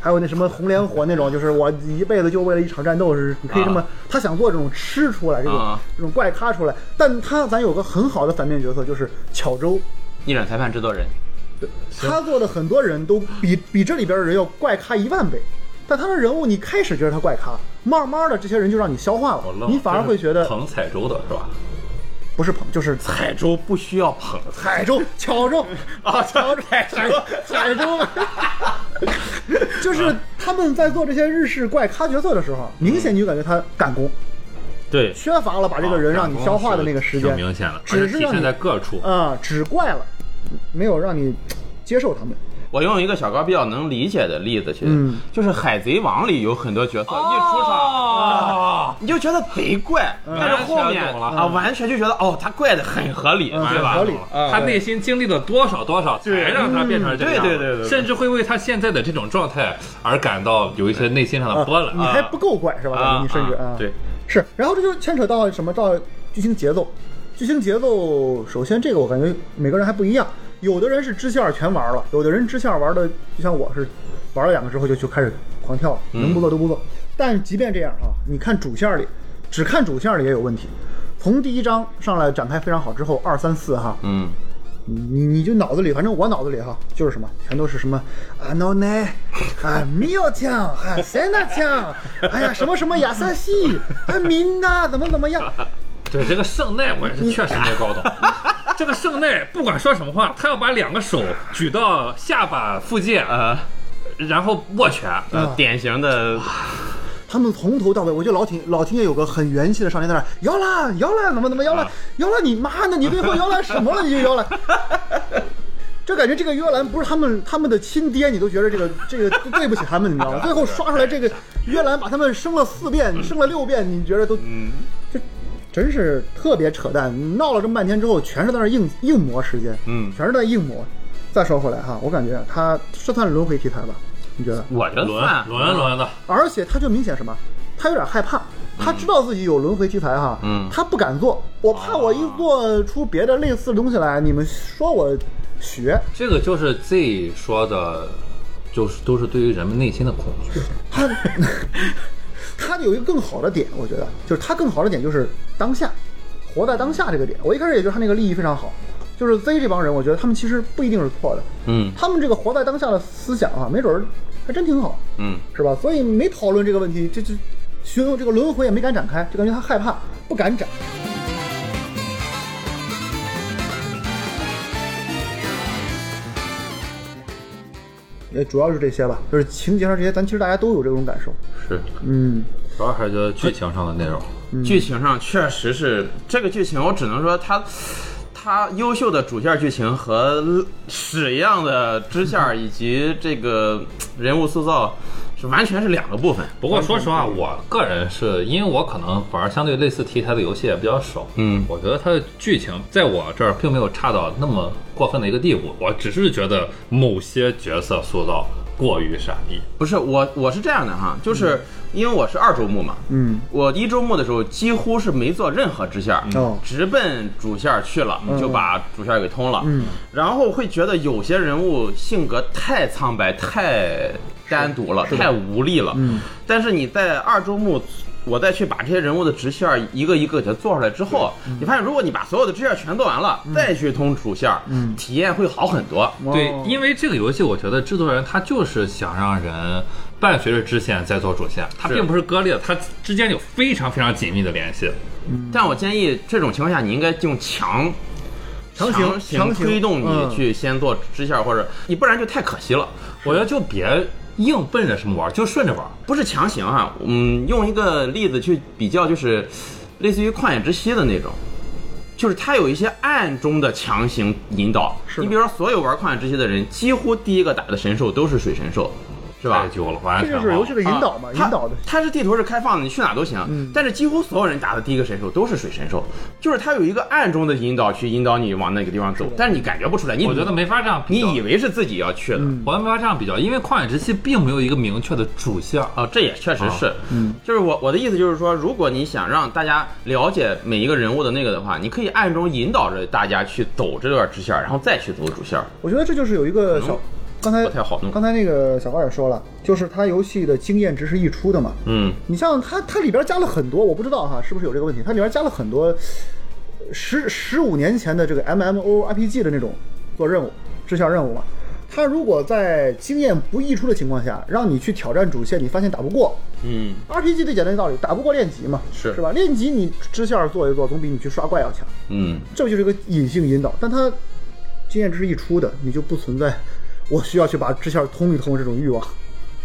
Speaker 3: 还有那什么红莲火那种，就是我一辈子就为了一场战斗，是你可以这么，
Speaker 1: 啊
Speaker 3: 他想做这种吃出来，这种、
Speaker 1: 啊
Speaker 3: 这种怪咖出来，但他咱有个很好的反面角色，就是巧周，
Speaker 1: 逆转裁判制作人
Speaker 3: 他做的很多人都比比这里边的人要怪咖一万倍，但他的人物你开始觉得他怪咖，慢慢的这些人就让你消化
Speaker 2: 我
Speaker 3: 了，
Speaker 2: 愣
Speaker 3: 你反而会觉
Speaker 2: 这
Speaker 3: 得
Speaker 2: 是捧彩州的是吧？
Speaker 3: 不是捧就是
Speaker 2: 彩州不需要捧
Speaker 3: 海州、巧州
Speaker 2: 啊，彩
Speaker 3: 海州、海 州，
Speaker 2: 啊
Speaker 3: 就是他们在做这些日式怪咖角色的时候，明显你就感觉他赶工，
Speaker 2: 对，
Speaker 3: 缺乏了把这个人让你
Speaker 2: 啊
Speaker 3: 消化的那个时间，
Speaker 2: 挺明显了，而
Speaker 3: 只
Speaker 2: 且
Speaker 3: 是
Speaker 2: 体
Speaker 3: 让
Speaker 2: 现
Speaker 3: 你
Speaker 2: 在
Speaker 3: 啊、
Speaker 2: 各处。
Speaker 3: 只怪了，没有让你接受他们。
Speaker 1: 我用一个小高比较能理解的例子去，
Speaker 3: 嗯
Speaker 1: 就是《海贼王》里有很多角色、一出场。
Speaker 2: 啊，
Speaker 1: 你就觉得贼怪，但是后面
Speaker 2: 完全懂了
Speaker 1: 啊，完全就觉得哦，他怪的很合理，
Speaker 3: 嗯
Speaker 1: 对吧？
Speaker 3: 很合理
Speaker 1: 嗯
Speaker 2: 他内心经历了多少多少，才让他变成这
Speaker 1: 嗯
Speaker 2: 样，
Speaker 1: 对对对对对
Speaker 2: 甚至会为他现在的这种状态而感到有一些内心上的波澜。
Speaker 3: 你还不够怪是吧？
Speaker 1: 啊
Speaker 3: 你甚至
Speaker 1: 啊
Speaker 3: 啊，
Speaker 1: 对，
Speaker 3: 是。然后这就牵扯到什么？到剧情节奏。剧情节奏，首先这个我感觉每个人还不一样，有的人是支线儿全玩了，有的人支线儿玩的就像我是玩了两个之后就就开始狂跳了，能不做都不做。但即便这样哈、你看主线儿里，只看主线儿里也有问题。从第一章上来展开非常好之后，二三四哈，
Speaker 1: 嗯，
Speaker 3: 你你就脑子里，反正我脑子里哈，就是什么，全都是什么啊，no 奈啊，米奥酱啊，塞纳酱，哎呀，什么什么亚萨西，啊，明呐，怎么怎么样？
Speaker 2: 对这个圣奈，我也是确实没搞懂。 这个圣奈不管说什么话，他要把两个手举到下巴附近，
Speaker 1: 呃，
Speaker 2: 然后握拳。
Speaker 1: 呃典型的
Speaker 3: 他们从头到尾，我觉得老挺老挺也有个很元气的少年在那儿摇啦摇啦，怎么怎么摇啦摇啦，你妈呢？你最后摇来什么了？你就摇来。这感觉这个约兰不是他们他们的亲爹，你都觉得这个这个对不起他们，你知道吗？最后刷出来这个约兰把他们生了四遍，生了六遍，你觉得都，这真是特别扯淡。闹了这么半天之后，全是在那儿硬硬磨时间，
Speaker 1: 嗯
Speaker 3: 全是在硬磨。再说回来哈，我感觉他这算轮回题材吧？你觉得？
Speaker 1: 我觉得算
Speaker 2: 轮啊轮轮的，
Speaker 3: 而且他就明显什么，他有点害怕，他知道自己有轮回题材哈，
Speaker 1: 嗯
Speaker 3: 他不敢做，我怕我一做出别的类似的东西来，你们说我学，
Speaker 2: 这个就是 Z 说的，就是都是对于人们内心的恐惧。
Speaker 3: 他 他有一个更好的点，我觉得就是他更好的点就是当下，活在当下这个点。我一开始也觉得他那个利益非常好，就是 Z 这帮人，我觉得他们其实不一定是错的，
Speaker 1: 嗯
Speaker 3: 他们这个活在当下的思想啊，没准儿还真挺好。
Speaker 1: 嗯
Speaker 3: 是吧？所以没讨论这个问题，这这询问这个轮回也没敢展开，就感觉他害怕，不敢展。也主要是这些吧，就是情节上这些，咱其实大家都有这种感受。
Speaker 2: 是，
Speaker 3: 嗯，
Speaker 2: 主要还是觉得剧情上的内容。
Speaker 1: 剧情上确实是这个剧情，我只能说它。它优秀的主线剧情和屎一样的支线，以及这个人物塑造，是完全是两个部分。
Speaker 2: 不过说实话，我个人是因为我可能玩相对类似题材的游戏也比较少，
Speaker 1: 嗯
Speaker 2: 我觉得它的剧情在我这儿并没有差到那么过分的一个地步，我只是觉得某些角色塑造过于傻逼。
Speaker 1: 不是我，我是这样的哈，就是因为我是二周目嘛，
Speaker 3: 嗯，
Speaker 1: 我一周目的时候几乎是没做任何支线，
Speaker 3: 哦
Speaker 1: 直奔主线去了，就把主线给通了。
Speaker 3: 嗯，
Speaker 1: 然后会觉得有些人物性格太苍白、太单独了、太无力了。
Speaker 3: 嗯，
Speaker 1: 但是你在二周目。我再去把这些人物的支线一个一个给它做出来之后，
Speaker 3: 嗯
Speaker 1: 你发现如果你把所有的支线全做完了，再去通主线，
Speaker 3: 嗯
Speaker 1: 体验会好很多。
Speaker 2: 对
Speaker 3: 哦，
Speaker 2: 因为这个游戏，我觉得制作人他就是想让人伴随着支线在做主线，它
Speaker 1: 是
Speaker 2: 并不是割裂，它之间有非常非常紧密的联系。
Speaker 1: 但我建议这种情况下，你应该用强
Speaker 3: 强行
Speaker 1: 强
Speaker 3: 强行
Speaker 1: 推动
Speaker 3: 嗯
Speaker 1: 你去先做支线，或者你不然就太可惜了。
Speaker 2: 我觉得就别硬奔着什么玩儿，就顺着玩儿。
Speaker 1: 不是强行啊，嗯，用一个例子去比较，就是类似于旷野之息的那种，就是它有一些暗中的强行引导。
Speaker 3: 是的
Speaker 1: 你比如说，所有玩旷野之息的人，几乎第一个打的神兽都是水神兽，是吧
Speaker 2: 太？久了，完
Speaker 3: 这
Speaker 2: 全忘
Speaker 3: 就是
Speaker 2: 了
Speaker 3: 游戏的引导嘛，
Speaker 1: 啊
Speaker 3: 引导的。
Speaker 1: 它它是地图是开放的，你去哪都行。啊
Speaker 3: 嗯
Speaker 1: 但是几乎所有人打的第一个神兽都是水神兽，就是它有一个暗中的引导去引导你往那个地方走，但是你感觉不出来。你
Speaker 2: 我觉得没法这样比较。
Speaker 1: 你以为是自己要去的，
Speaker 3: 嗯
Speaker 2: 我们没法这样比较，因为旷野之息并没有一个明确的主线。
Speaker 1: 啊，这也确实是，
Speaker 3: 嗯，
Speaker 1: 就是我我的意思就是说，如果你想让大家了解每一个人物的那个的话，你可以暗中引导着大家去走这段支线，然后再去走主线。
Speaker 3: 我觉得这就是有一个小，刚才
Speaker 1: 哎不太好弄
Speaker 3: 刚才那个小高也说了，就是它游戏的经验值是溢出的嘛。
Speaker 1: 嗯，
Speaker 3: 你像它，它里边加了很多，我不知道哈，是不是有这个问题？它里边加了很多十十五年前的这个 MMORPG 的那种做任务、支线任务嘛。它如果在经验不溢出的情况下，让你去挑战主线，你发现打不过
Speaker 1: 嗯，
Speaker 3: ，RPG 最简单的道理，打不过练级嘛，
Speaker 1: 是
Speaker 3: 是吧？练级你支线做一做，总比你去刷怪要强。
Speaker 1: 嗯，
Speaker 3: 这就是一个隐性引导，但它经验值一出的，你就不存在 我需要去把支线通一通这种欲望。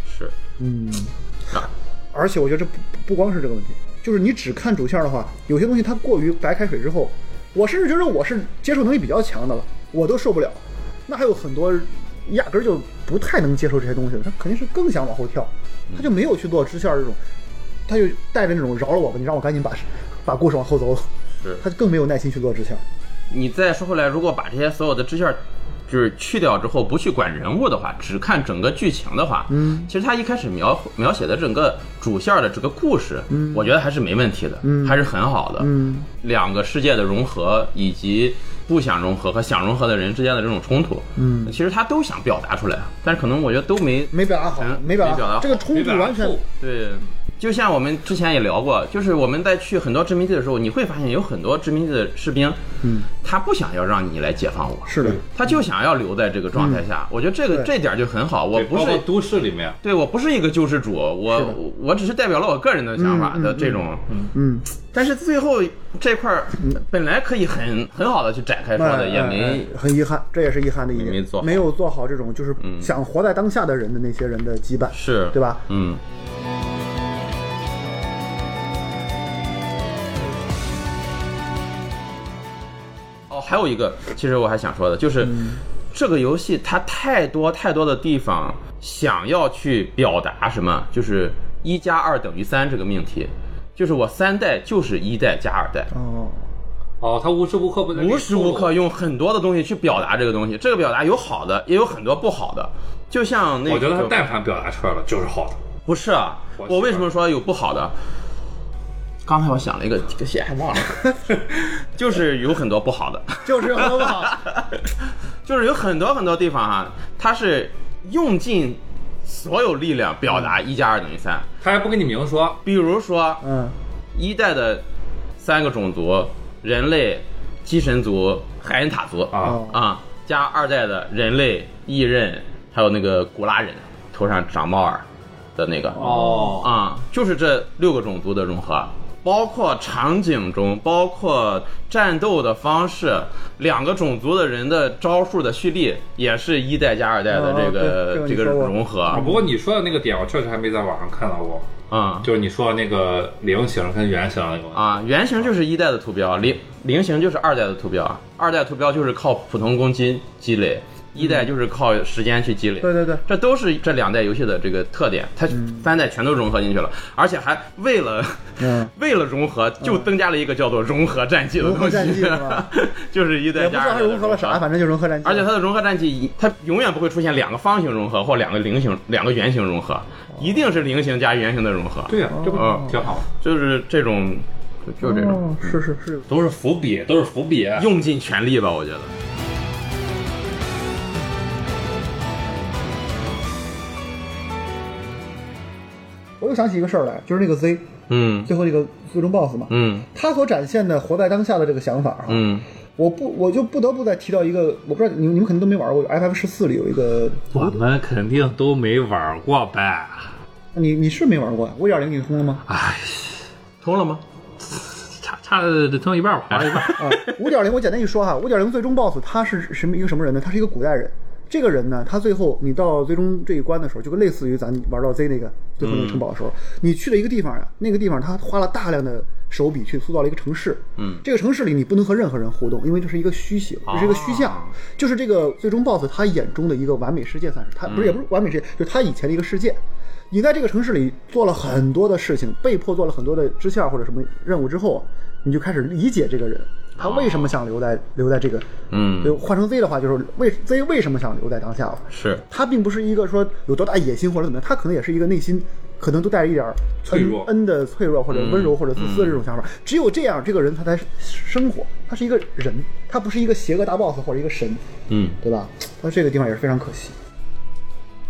Speaker 1: 是，
Speaker 3: 嗯，
Speaker 1: 啊，
Speaker 3: 而且我觉得这不不光是这个问题，就是你只看主线的话，有些东西它过于白开水之后，我甚至觉得我是接受能力比较强的了，我都受不了。那还有很多压根儿就不太能接受这些东西的，他肯定是更想往后跳，他就没有去做支线这种，他就带着那种饶了我吧，你让我赶紧把把故事往后走走
Speaker 1: 是，
Speaker 3: 他就更没有耐心去做支线。
Speaker 1: 你再说回来，如果把这些所有的支线。就是去掉之后，不去管人物的话，只看整个剧情的话，
Speaker 3: 嗯，
Speaker 1: 其实他一开始描描写的整个主线的这个故事，
Speaker 3: 嗯
Speaker 1: 我觉得还是没问题的，
Speaker 3: 嗯
Speaker 1: 还是很好的，
Speaker 3: 嗯，
Speaker 1: 两个世界的融合，以及不想融合和想融合的人之间的这种冲突，
Speaker 3: 嗯
Speaker 1: 其实他都想表达出来，啊但是可能我觉得都没
Speaker 3: 没表达好
Speaker 1: 嗯，
Speaker 3: 没表达
Speaker 1: 没表达好
Speaker 3: 这个冲突完全
Speaker 2: 没表达好
Speaker 1: 对。就像我们之前也聊过，就是我们在去很多殖民地的时候，你会发现有很多殖民地的士兵，
Speaker 3: 嗯，
Speaker 1: 他不想要让你来解放我，
Speaker 3: 是的，嗯
Speaker 1: 他就想要留在这个状态下。我觉得这个
Speaker 3: 对
Speaker 1: 这点就很好，我
Speaker 2: 对
Speaker 1: 不
Speaker 2: 包
Speaker 1: 是
Speaker 2: 括都市里面，
Speaker 1: 对我不是一个救世主，
Speaker 3: 是的
Speaker 1: 我我只是代表了我个人的想法
Speaker 3: 嗯嗯
Speaker 1: 的
Speaker 3: 嗯
Speaker 1: 这种，
Speaker 3: 嗯，
Speaker 1: 但是最后这块儿本来可以很很好的去展开说
Speaker 3: 那呃
Speaker 1: 的，也没
Speaker 3: 很遗憾，这也是遗憾的一点，
Speaker 1: 没做好嗯
Speaker 3: 有做好这种就是想活在当下的人的那些人的羁绊，
Speaker 1: 是
Speaker 3: 对？吧？
Speaker 1: 嗯，哦，还有一个，其实我还想说的，就是、这个游戏它太多太多的地方想要去表达什么，就是一加二等于三这个命题，就是我三代就是一代加二代。
Speaker 3: 哦，
Speaker 2: 哦，他无时无刻不在
Speaker 1: 无时无刻用很多的东西去表达这个东西，这个表达有好的，也有很多不好的。就像那个，
Speaker 2: 我觉得他但凡表达出来了就是好的。
Speaker 1: 不是啊，
Speaker 2: 我喜欢
Speaker 1: 我为什么说有不好的？刚才我想了一个，这个写还忘了，就是有很多不好的，
Speaker 3: 就是很不 好，
Speaker 1: 就是有很多很多地方啊，它是用尽所有力量表达一加二等于三。
Speaker 2: 他还不跟你明说，
Speaker 1: 比如说
Speaker 3: 嗯，
Speaker 1: 一代的三个种族，人类、机神族、海恩塔族
Speaker 2: 啊
Speaker 3: 哦，
Speaker 1: 啊，加二代的人类、异刃，还有那个古拉人，头上长帽儿的那个
Speaker 2: 哦
Speaker 1: 啊、就是这六个种族的融合，啊包括场景中，包括战斗的方式，两个种族的人的招数的蓄力，也是一代加二代的
Speaker 3: 哦
Speaker 1: 这个、
Speaker 3: 对
Speaker 1: 这
Speaker 3: 这
Speaker 1: 个
Speaker 3: 个你说过
Speaker 1: 融合
Speaker 2: 啊，
Speaker 1: 啊
Speaker 2: 不过你说的那个点，我确实还没在网上看到过，
Speaker 1: 啊、
Speaker 2: 就是你说的那个菱形跟圆形的那个问题。
Speaker 1: 圆形就是一代的图标，菱菱形就是二代的图标，二代图标就是靠普通攻击积累，一代就是靠时间去积累。
Speaker 3: 对对对，
Speaker 1: 这都是这两代游戏的这个特点，它三代全都融合进去了，而且还为了、
Speaker 3: 嗯
Speaker 1: 为了融合，就增加了一个叫做融合战绩的
Speaker 3: 融合
Speaker 1: 东
Speaker 3: 战
Speaker 1: 西
Speaker 3: 绩是吧，
Speaker 1: 就是一代
Speaker 3: 也不
Speaker 1: 加
Speaker 3: 知道
Speaker 1: 二
Speaker 3: 他
Speaker 1: 代的
Speaker 3: 融合了啥，反正就融合战绩，
Speaker 1: 而且它的融合战绩，它永远不会出现两个方形融合或两个菱形、两个圆形融
Speaker 3: 哦
Speaker 1: 合，一定是菱形加圆形的融合，
Speaker 2: 对呀，这不
Speaker 1: 哦
Speaker 2: 挺好的？
Speaker 1: 就是这种，就是这种、嗯
Speaker 3: 哦，是是是，
Speaker 2: 都是伏笔，都是伏笔。
Speaker 1: 用尽全力吧，我觉得。
Speaker 3: 我又想起一个事儿来，就是那个 Z
Speaker 1: 嗯
Speaker 3: 最后这个最终 BOSS 嘛，
Speaker 1: 嗯
Speaker 3: 他所展现的活在当下的这个想法哈，
Speaker 1: 嗯，
Speaker 3: 我不我就不得不再提到一个，我不知道你们你们肯定都没玩过，FF 十四里有一个，
Speaker 2: 我们肯定都没玩过呗。
Speaker 3: 啊你你是没玩过呀？五点零你通了吗？
Speaker 2: 哎，
Speaker 1: 通了吗？
Speaker 2: 差差得剩一半吧，还一半。
Speaker 3: 啊，五点零我简单一说哈，五点零最终 BOSS 他是什么一个什么人呢？他是一个古代人。这个人呢，他最后你到最终这一关的时候，就跟类似于咱玩到 Z 那个最后那个城堡的时候，你去了一个地方呀、那个地方他花了大量的手笔去塑造了一个城市。
Speaker 1: 嗯
Speaker 3: 这个城市里你不能和任何人互动，因为这是一个虚形，这是一个虚像，就是这个最终 BOSS 他眼中的一个完美世界，算是他不是也不是完美世界，就是他以前的一个世界。你在这个城市里做了很多的事情，被迫做了很多的支线或者什么任务之后，你就开始理解这个人，他为什么想留在、留在这个，
Speaker 1: 嗯
Speaker 3: 就换成 Z 的话，就是为 Z 为什么想留在当下了。
Speaker 1: 是
Speaker 3: 他并不是一个说有多大野心或者怎么样，他可能也是一个内心可能都带着一点儿
Speaker 2: 脆弱
Speaker 3: 恩恩的脆弱或者温
Speaker 1: 嗯
Speaker 3: 柔或者自私的这种想法。只有这样，这个人他才生活，他是一个人，他不是一个邪恶大 boss 或者一个神，
Speaker 1: 嗯，
Speaker 3: 对吧？那这个地方也是非常可惜。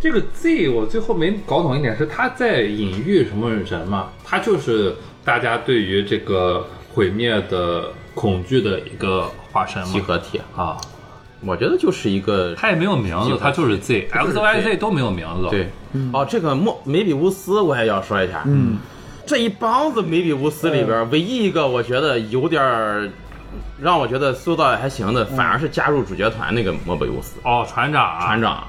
Speaker 2: 这个 Z 我最后没搞懂一点是他在隐喻什么人吗？他就是大家对于这个毁灭的恐惧的一个化身
Speaker 1: 集
Speaker 2: 吗？
Speaker 1: 合体，
Speaker 2: 啊，
Speaker 1: 我觉得就是一个
Speaker 2: 他也没有名字，他就是 Z，X Y Z 都没有名字。
Speaker 1: 对，哦，这个莫梅比乌斯我也要说一下，嗯，这一帮子梅比乌斯里边儿，唯一一个我觉得有点儿让我觉得塑造得还行的，反而是加入主角团那个莫比乌斯
Speaker 2: 哦，船长啊，
Speaker 1: 船长，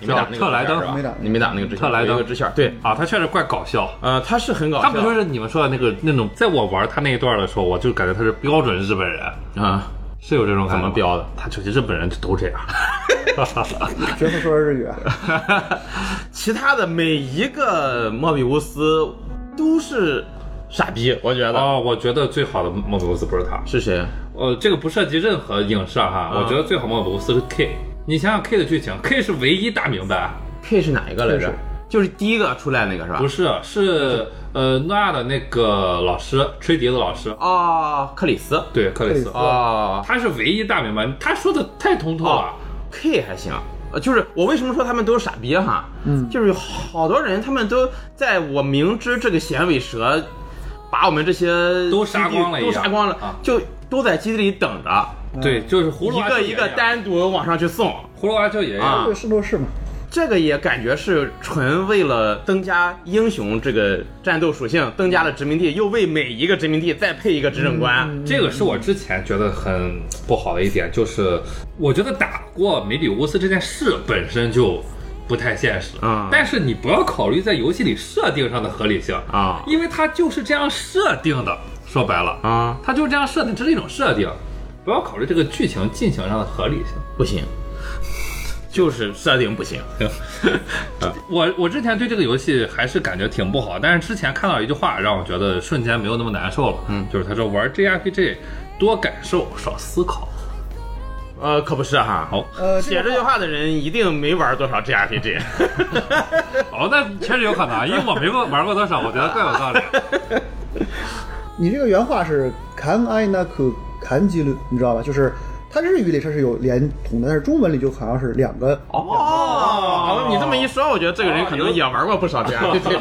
Speaker 1: 你没打那个
Speaker 2: 特莱登
Speaker 1: 支线是吧
Speaker 3: 没打
Speaker 1: 你没打那个支线，
Speaker 2: 特莱登
Speaker 1: 有一个支线，对，
Speaker 2: 啊，他确实怪搞笑。
Speaker 1: 呃，他是很搞笑，
Speaker 2: 他不就是你们说的那个那种，在我玩他那一段的时候，我就感觉他是标准日本人，
Speaker 1: 啊，
Speaker 2: 是有这种感觉吗
Speaker 1: 怎么标的？
Speaker 2: 哎他就是日本人都这样。
Speaker 3: 学会说日 语啊，
Speaker 1: 其他的每一个莫比乌斯都是傻逼，我觉得
Speaker 2: 哦，我觉得最好的莫比乌斯不是他，
Speaker 1: 是谁？
Speaker 2: 呃，这个不涉及任何影视哈，
Speaker 1: 啊
Speaker 2: 我觉得最好莫比乌斯是 K。你想想 K 的剧情，K 是唯一大明白，
Speaker 1: K 是哪一个来
Speaker 3: 是
Speaker 1: 着
Speaker 3: 谁？
Speaker 1: 就是第一个出来那个是吧？
Speaker 2: 不是是呃诺亚的那个老师，吹笛子老师，
Speaker 1: 哦，克里斯
Speaker 2: 对克里斯
Speaker 3: 克，里斯
Speaker 1: 哦，
Speaker 2: 他是唯一大明白，他说的太通透了。
Speaker 1: K 还行。呃，就是我为什么说他们都是傻逼哈？
Speaker 3: 嗯
Speaker 1: 就是有好多人，他们都在我明知这个响尾蛇把我们这些
Speaker 2: 都杀光了
Speaker 1: 基地都
Speaker 2: 一样
Speaker 1: 杀光了，
Speaker 2: 啊
Speaker 1: 就都在基地里等着，
Speaker 2: 对，就是葫芦
Speaker 1: 一
Speaker 2: 娃
Speaker 1: 个
Speaker 2: 就
Speaker 1: 一个
Speaker 2: 也样
Speaker 1: 单独往上去送。
Speaker 2: 葫芦娃就也一
Speaker 1: 啊
Speaker 2: 样。
Speaker 3: 这个圣斗士嘛，
Speaker 1: 这个也感觉是纯为了增加英雄这个战斗属性，增加了殖民地，又为每一个殖民地再配一个执政官。
Speaker 2: 这个是我之前觉得很不好的一点，就是我觉得打过梅比乌斯这件事本身就不太现实
Speaker 1: 啊
Speaker 2: 但是你不要考虑在游戏里设定上的合理性
Speaker 1: 啊
Speaker 2: 因为它就是这样设定的。说白了，
Speaker 1: 啊，
Speaker 2: 它就是这样设定，这是一种设定，不要考虑这个剧情进行上的合理 性。
Speaker 1: 不行，就是设定不行。
Speaker 2: 我我之前对这个游戏还是感觉挺不好，但是之前看到一句话，让我觉得瞬间没有那么难受了。嗯，就是他说玩 JRPG 多感受少思考。
Speaker 1: 呃，可不是哈。
Speaker 2: 好，
Speaker 3: 呃，
Speaker 1: 写
Speaker 3: 这
Speaker 1: 这
Speaker 3: 个
Speaker 1: 句话的人一定没玩多少 JRPG，
Speaker 2: 哦，那确实有可能啊，因为我没过玩过多少，我觉得更有道理。
Speaker 3: 你这个原话是 “can I na ku can 你知道吧？就是它日语里它是有连通的，但是中文里就好像是两个
Speaker 1: 哦，你这么一说，我觉得这个人可能也玩过不少 JRPG。